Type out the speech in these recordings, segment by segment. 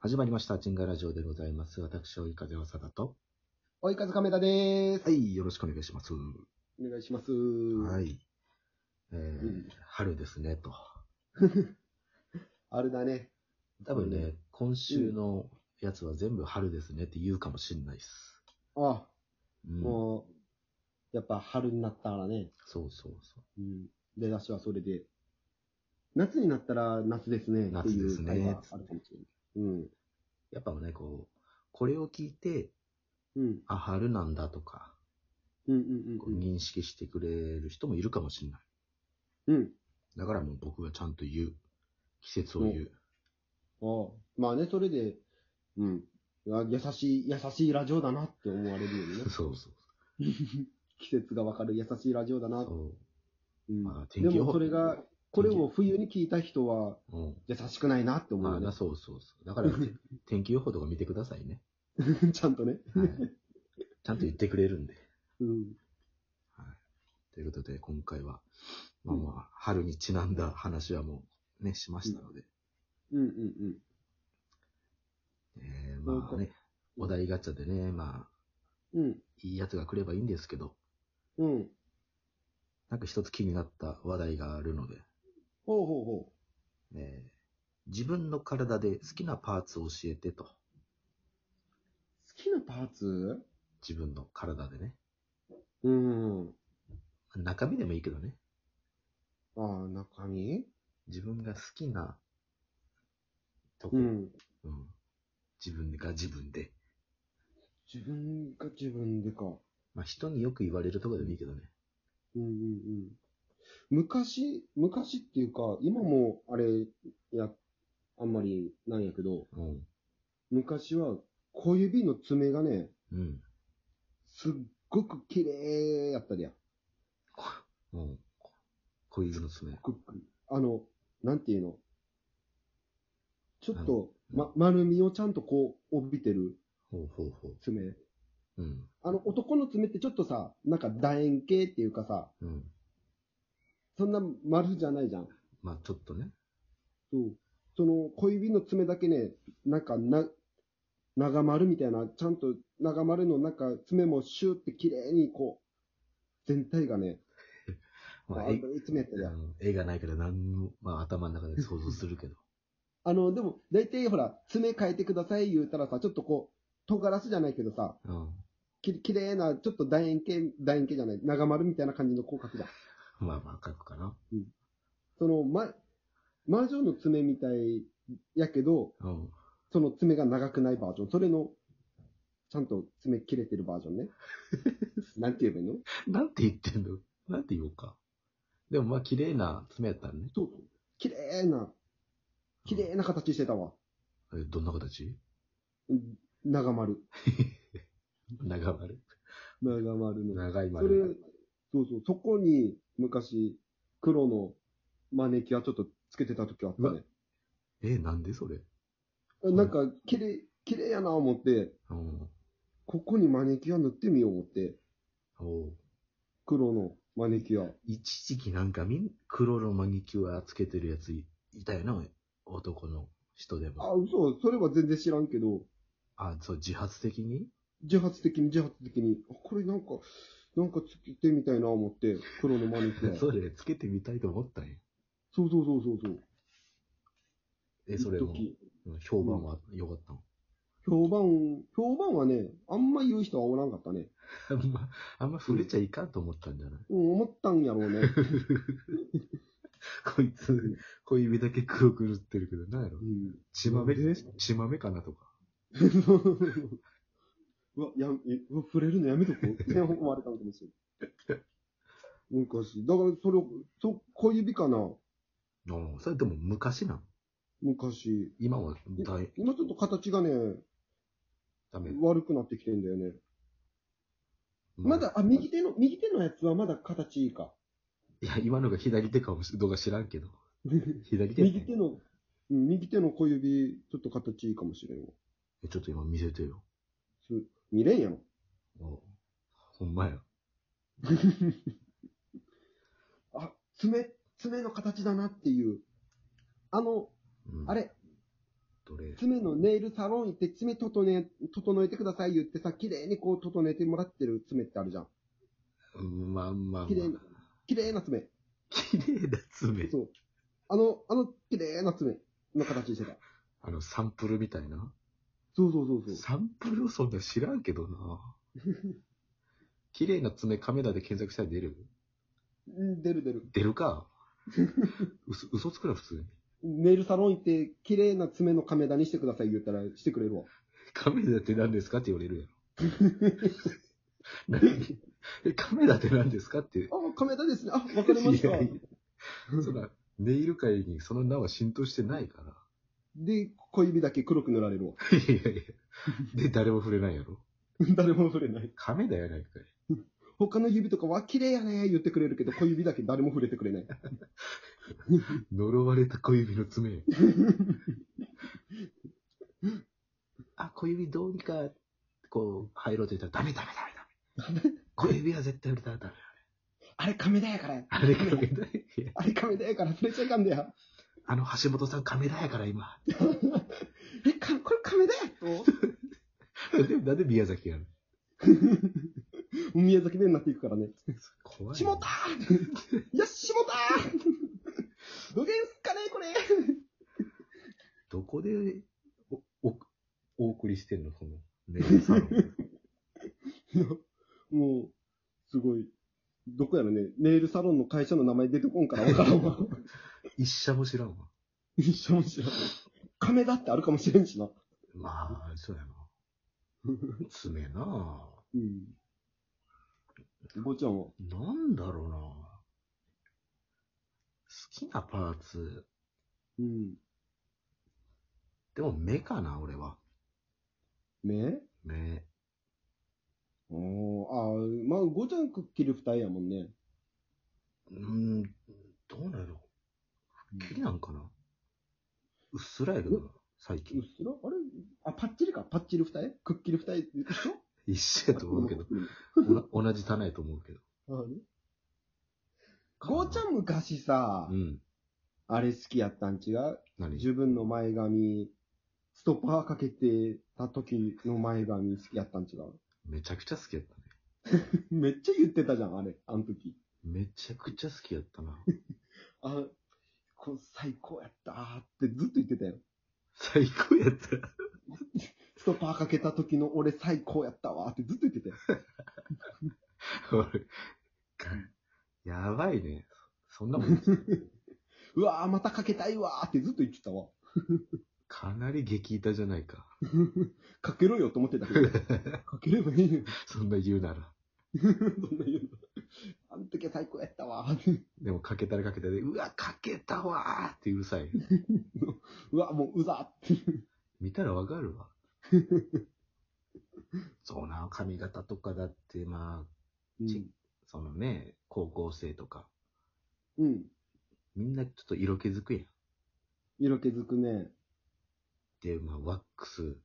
始まりました。チンガラジオでございます。私、追い風わさだと。追い風亀田でーす。はい、よろしくお願いします。お願いします。はい。えーん春ですね、と。あれだね。多分ね、うん今週のやつは全部春ですねって言うかもしんないっす。あ、うん、もう、やっぱ春になったからね。そうそうそうん。出だしはそれで。夏になったら夏ですね。っていう夏ですねあれはあるかもしれない。う。やっぱね、こう、これを聞いて、うん。うん。あ、春なんだとか、うんこううんうん。認識してくれる人もいるかもしんない。うん。だからもう僕がちゃんと言う。季節を言う。。あまあね、それで、うん。あ優しい、優しいラジオだなって思われるよねそうそう季節がわかる優しいラジオだな。そうう。んまあ天気で予報もそれが、これを冬に聞いた人はうん優しくないなって思うあよだね。そうそうそう。 だから、て天気予報とか見てくださいね。 ちゃんとね。はい、ちゃんと言ってくれるんで。うん。はい、ということで、今回は、まあまあ、春にちなんだ話はもう、ね、しましたので、うんうんえー、まあそうね、お題ガチャでね、まあ、うん。いいやつが来ればいいんですけど、うん。うん。なんか一つ気になった話題があるので、ほうほうほえー自分の体で好きなパーツを教えてと。う。好きなパーツ自分の体でね。うん。中身でもいいけどね。ああ、中身自分が好きなとこ、うん。うん自分が自分で。自分が自分でか。まあ、人によく言われるとこでもいいけどね。うんうんうん。昔、昔っていうか、今もあれ、や、あんまりなんやけど、うん。昔は小指の爪がね、うん。すっごく綺麗やったりや。うん。小指の爪。くっくあの、なんていうのちょっと、あのま、丸みをちゃんとこう、帯びてるほうほうほ爪。う。うん。あの、男の爪ってちょっとさ、なんか楕円形っていうかさ、うん。そんな丸じゃないじゃん。まあ、ちょっとね。そう。その小指の爪だけね、なんかな、長丸みたいな、ちゃんと長丸のなんか爪もシューって綺麗にこう、全体がね、まあ、あ絵いつもやったじゃん。うん絵がないから何も、まあ、頭の中で想像するけど。あの、でも、大体ほら、爪変えてください言うたらさ、ちょっとこう、尖らすじゃないけどさ、 うん。き綺麗な、ちょっと楕円形、楕円形じゃない、長丸みたいな感じの広角じゃん。まあまあ、書くかな。その、ま、魔女の爪みたいやけど、うん。その爪が長くないバージョン。それの、ちゃんと爪切れてるバージョンね。 なんて言えばいいのなんて言ってんのなんて言おうか。でもまあ、綺麗な爪やったらね。そうそう。綺麗な、綺麗な形してたわ。えどんな形うん長丸。長丸。長丸の。長いそれ丸が。、そうそう。そこに、昔、黒の招きはちょっとつけてた時あったね。え、なんでそれんなんか、綺麗、綺麗やな思って、うん。ここにマネキュア塗ってみよう思って、おう黒のマネキュア。一時期なんかみん、黒のマニキュアつけてるやついいたよな、男の人でも。あ、嘘、それは全然知らんけど、あ、そう、自発的に自発的に自発的に、あこれなんか、なんかつけてみたいな思って、黒のマネキュア。 そそうれつけてみたいと思ったんや。そうそうそうそう。え、それ一も、時うん評判は良かったの、評判、評判はね、あんま言う人はおらんかったね。あんま、あんま触れちゃいかんと思ったんじゃない、うん、思ったんやろうね。こいつ、小指だけ黒く塗ってるけど、なんやろうん。 血豆うん血豆かなとか。うわ、や、えうわ、触れるのやめとこうって思われたのかもしれない。昔。だから、それを、そ、小指かなうん、それでも昔なん。昔。今はだい今ちょっと形がね、ダメ。悪くなってきてんだよね。まだ、あ、うん右手の、右手のやつはまだ形いいか。いや、今のが左手かもしどうか知らん けど。左手やね右手の、うん右手の小指、ちょっと形いいかもしれんわ。えちょっと今見せてよ。す見れんやろ。おほんまや。あ、爪、爪の形だなっていう。あの、うんあれ、どれで。爪のネイルサロン行って爪整え、整えてください言ってさ、綺麗にこう整えてもらってる爪ってあるじゃん。うんまあまあ、まあ。綺麗な綺麗な爪。綺麗な爪。そう。あの、あの綺麗な爪の形してた。あの、サンプルみたいな。そうそうそうそう。サンプルをそんな知らんけど な。綺麗な爪、カメラで検索したら出るうん出る出る。出るか。嘘、嘘つくな、普通に。ネイルサロン行って、綺麗な爪の亀田にしてください言ったらしてくれるわ。カメラって何ですかって言われる やろ。何え、カメラって何ですかって。あ、亀田ですね。あ、わかりましたい。やいやそんな、ネイル界にその名は浸透してないから。で、小指だけ黒く塗られるわ。 いやいやいや。で、誰も触れないやろ。誰も触れない。カメラやないかい。他の指とかは綺麗やね言ってくれるけど、小指だけ誰も触れてくれない。呪われた小指の爪。あ、小指どうにか、こう、入ろうと言ったら、ダメダメダメダメ。小指は絶対売れたらダメ。あれ亀田やからや。あれ亀田や。いや あれ亀田やから、それちゃいかんだや。あの橋本さん亀田やから今。え、か、これ亀田やとでなんで宮崎やる宮崎弁になっていくからね。怖い。 下田いや、下田どげんすっかねこれ。どこでお、お、お送りしてんのその、ネイルサロン。もう、すごい。どこやろね、ネイルサロンの会社の名前出てこんからわからんわ。一社も知らんわ。一緒も知らん。亀田ってあるかもしれん しな。まあ、そうやな。爪なあうん。坊ちゃんはなんだろうな。好きなパーツ。うん。でも目かな、俺は。目目。おーあーまあ、ごちゃんくっきり二重やもんね。うん、どうなの木なんかなうっすらやけどな、最うっ近。すらあれあ、パッチリか。パッチリ二重くっきり二重って言うでしょ一緒やと思うけど、おな同じ棚やと思うけど。 あれごちゃん昔さ、うん。あれ好きやったん違う何自分の前髪、ストッパーかけてた時の前髪好きやったん違う めちゃくちゃ好きやったね。めっちゃ言ってたじゃん、あれ。あの時。めちゃくちゃ好きやったな。 あ、こう最高やったーってずっと言ってたよ。最高やった。ストッパーかけた時の俺最高やったわーってずっと言ってたよ。俺やばいね。そんなもん、 うわー、またかけたいわーってずっと言ってたわ。かなり激痛じゃないか。 かけろよと思ってたけど、かければいいよ。 そんな言うなら。そんな言うの。あの時は最高やったわ。 でも、かけたらかけたで、うわ、かけたわーってうるさい。うわ、もううざって。見たらわかるわ。 そうな、髪型とかだって、まあ、うん。そのね、高校生とか、うん。みんなちょっと色気づくやん。色気づくね。で、まあ、ワックス、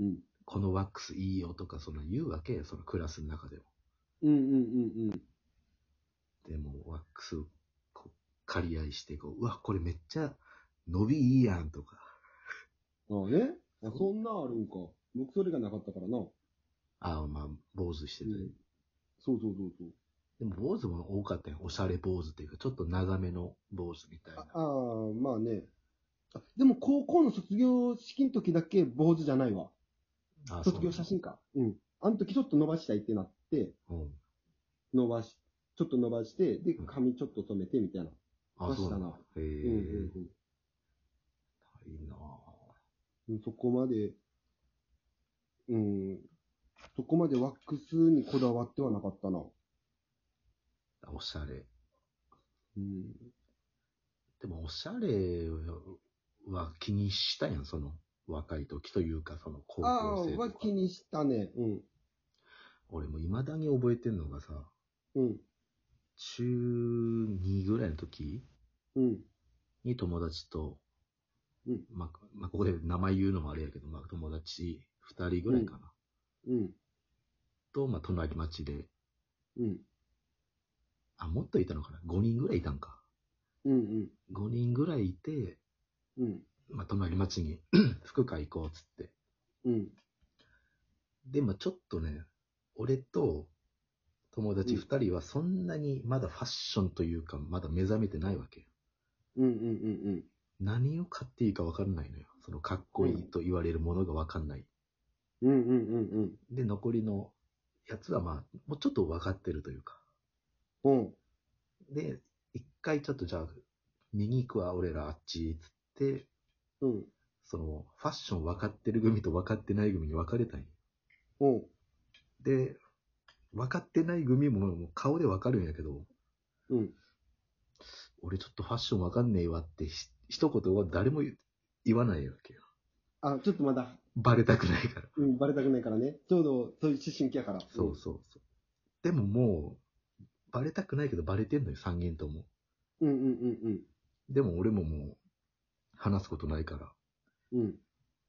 うん。このワックスいいよとか、その言うわけや、そのクラスの中でも。うんうんうんうん。でもうワックスこう借り合いしてこう、うわ、これめっちゃ伸びいいやんとか。ああね。あそんなあるんか。僕それがなかったからな。ああ、まあ、坊主してたり。そうそうそうそう。でも坊主も多かったよ。おしゃれ坊主っていうか、ちょっと長めの坊主みたいあな。あー、まあね。あでも高校の卒業式の時だけ坊主じゃないわ。あ卒業写。真か。うん。あの時ちょっと伸ばしたいってなって、そううん。伸ばし、ちょっと伸ばして、でうん、髪ちょっと染めてみたいな。あ、そうなん出だし。へえ、うんうんうん。いいなぁうんそこまで、うん、そこまでワックスにこだわってはなかったな。あおしゃれ。うん。でも、おしゃれは気にしたやん、その、若い時というか、その、高ああ校生ー、はとか気。にしたね。うん。俺も未だに覚えてんのがさ、うん。中2ぐらいの時うん。に友達と、うんまあ、まあ、ここで名前言うのもあれやけど、まあ、友達2人ぐらいかな。うん。と、まあ、隣町で、うん。あ、もっといたのかな ?5 人ぐらいいたんか。うん。 5人ぐらいいて、うん。まあ、隣町に 服買い行こうっつって。うん。で、まあ、ちょっとね、俺と友達二人はそんなにまだファッションというか、まだ目覚めてないわけよ。うんうんうんうん。何を買っていいか分かんないのよ。そのかっこいいと言われるものが分かんない。うんうんうんで、残りのやつはまあ、もうちょっと分かってるというか。うん。うん。で、一回ちょっとじゃあ、右行くわ、俺らあっち、つって、うん。その、ファッション分かってる組と分かってない組に分かれたんようん。で、分かってない組ももう顔で分かるんやけど、うん。俺ちょっとファッション分かんねえわってひ一言は誰も言言わないわけよ。あ、ちょっとまだ、バレたくないから。うん、バレたくないからね。ちょうど、そういう思春期やから。そうそうそう。でももう、バレたくないけどバレてんのよ、三人とも。うん。うんうんうんでも俺ももう、話すことないから。うん。うん。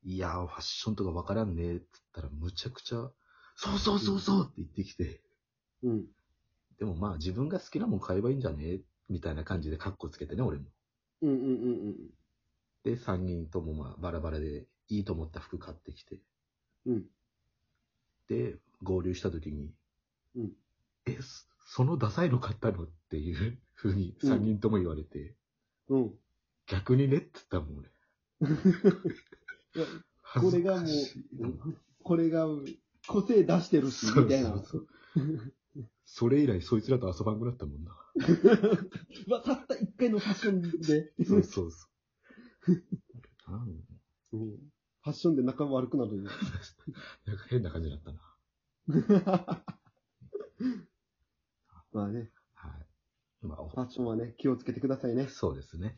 いやー、ファッションとかわからんねーって言ったら、むちゃくちゃ、そうそうそうそうって言ってきて、うん。でもまあ自分が好きなもん買えばいいんじゃねーみたいな感じでカッコつけてね、俺も。うんうんうんで、3人ともまあバラバラでいいと思った服買ってきて、うん。うん。で、合流した時に、うんえ、そそのダサいの買ったのっていう風にうん3人とも言われて、うん。逆にねって言ったもん俺。いや恥ずがもうかしいなこれが、個性出してるし、みたいな。そうそうそうそれ以来そいつらと遊ばんくなったもんな。 まあ、たった一回のファッションで、そうそうそう。なんうんファッションで仲悪く なるよ。なんか変な感じだったな。まあね、はい。まあ、ファおッションはね、気をつけてくださいね。そうですね。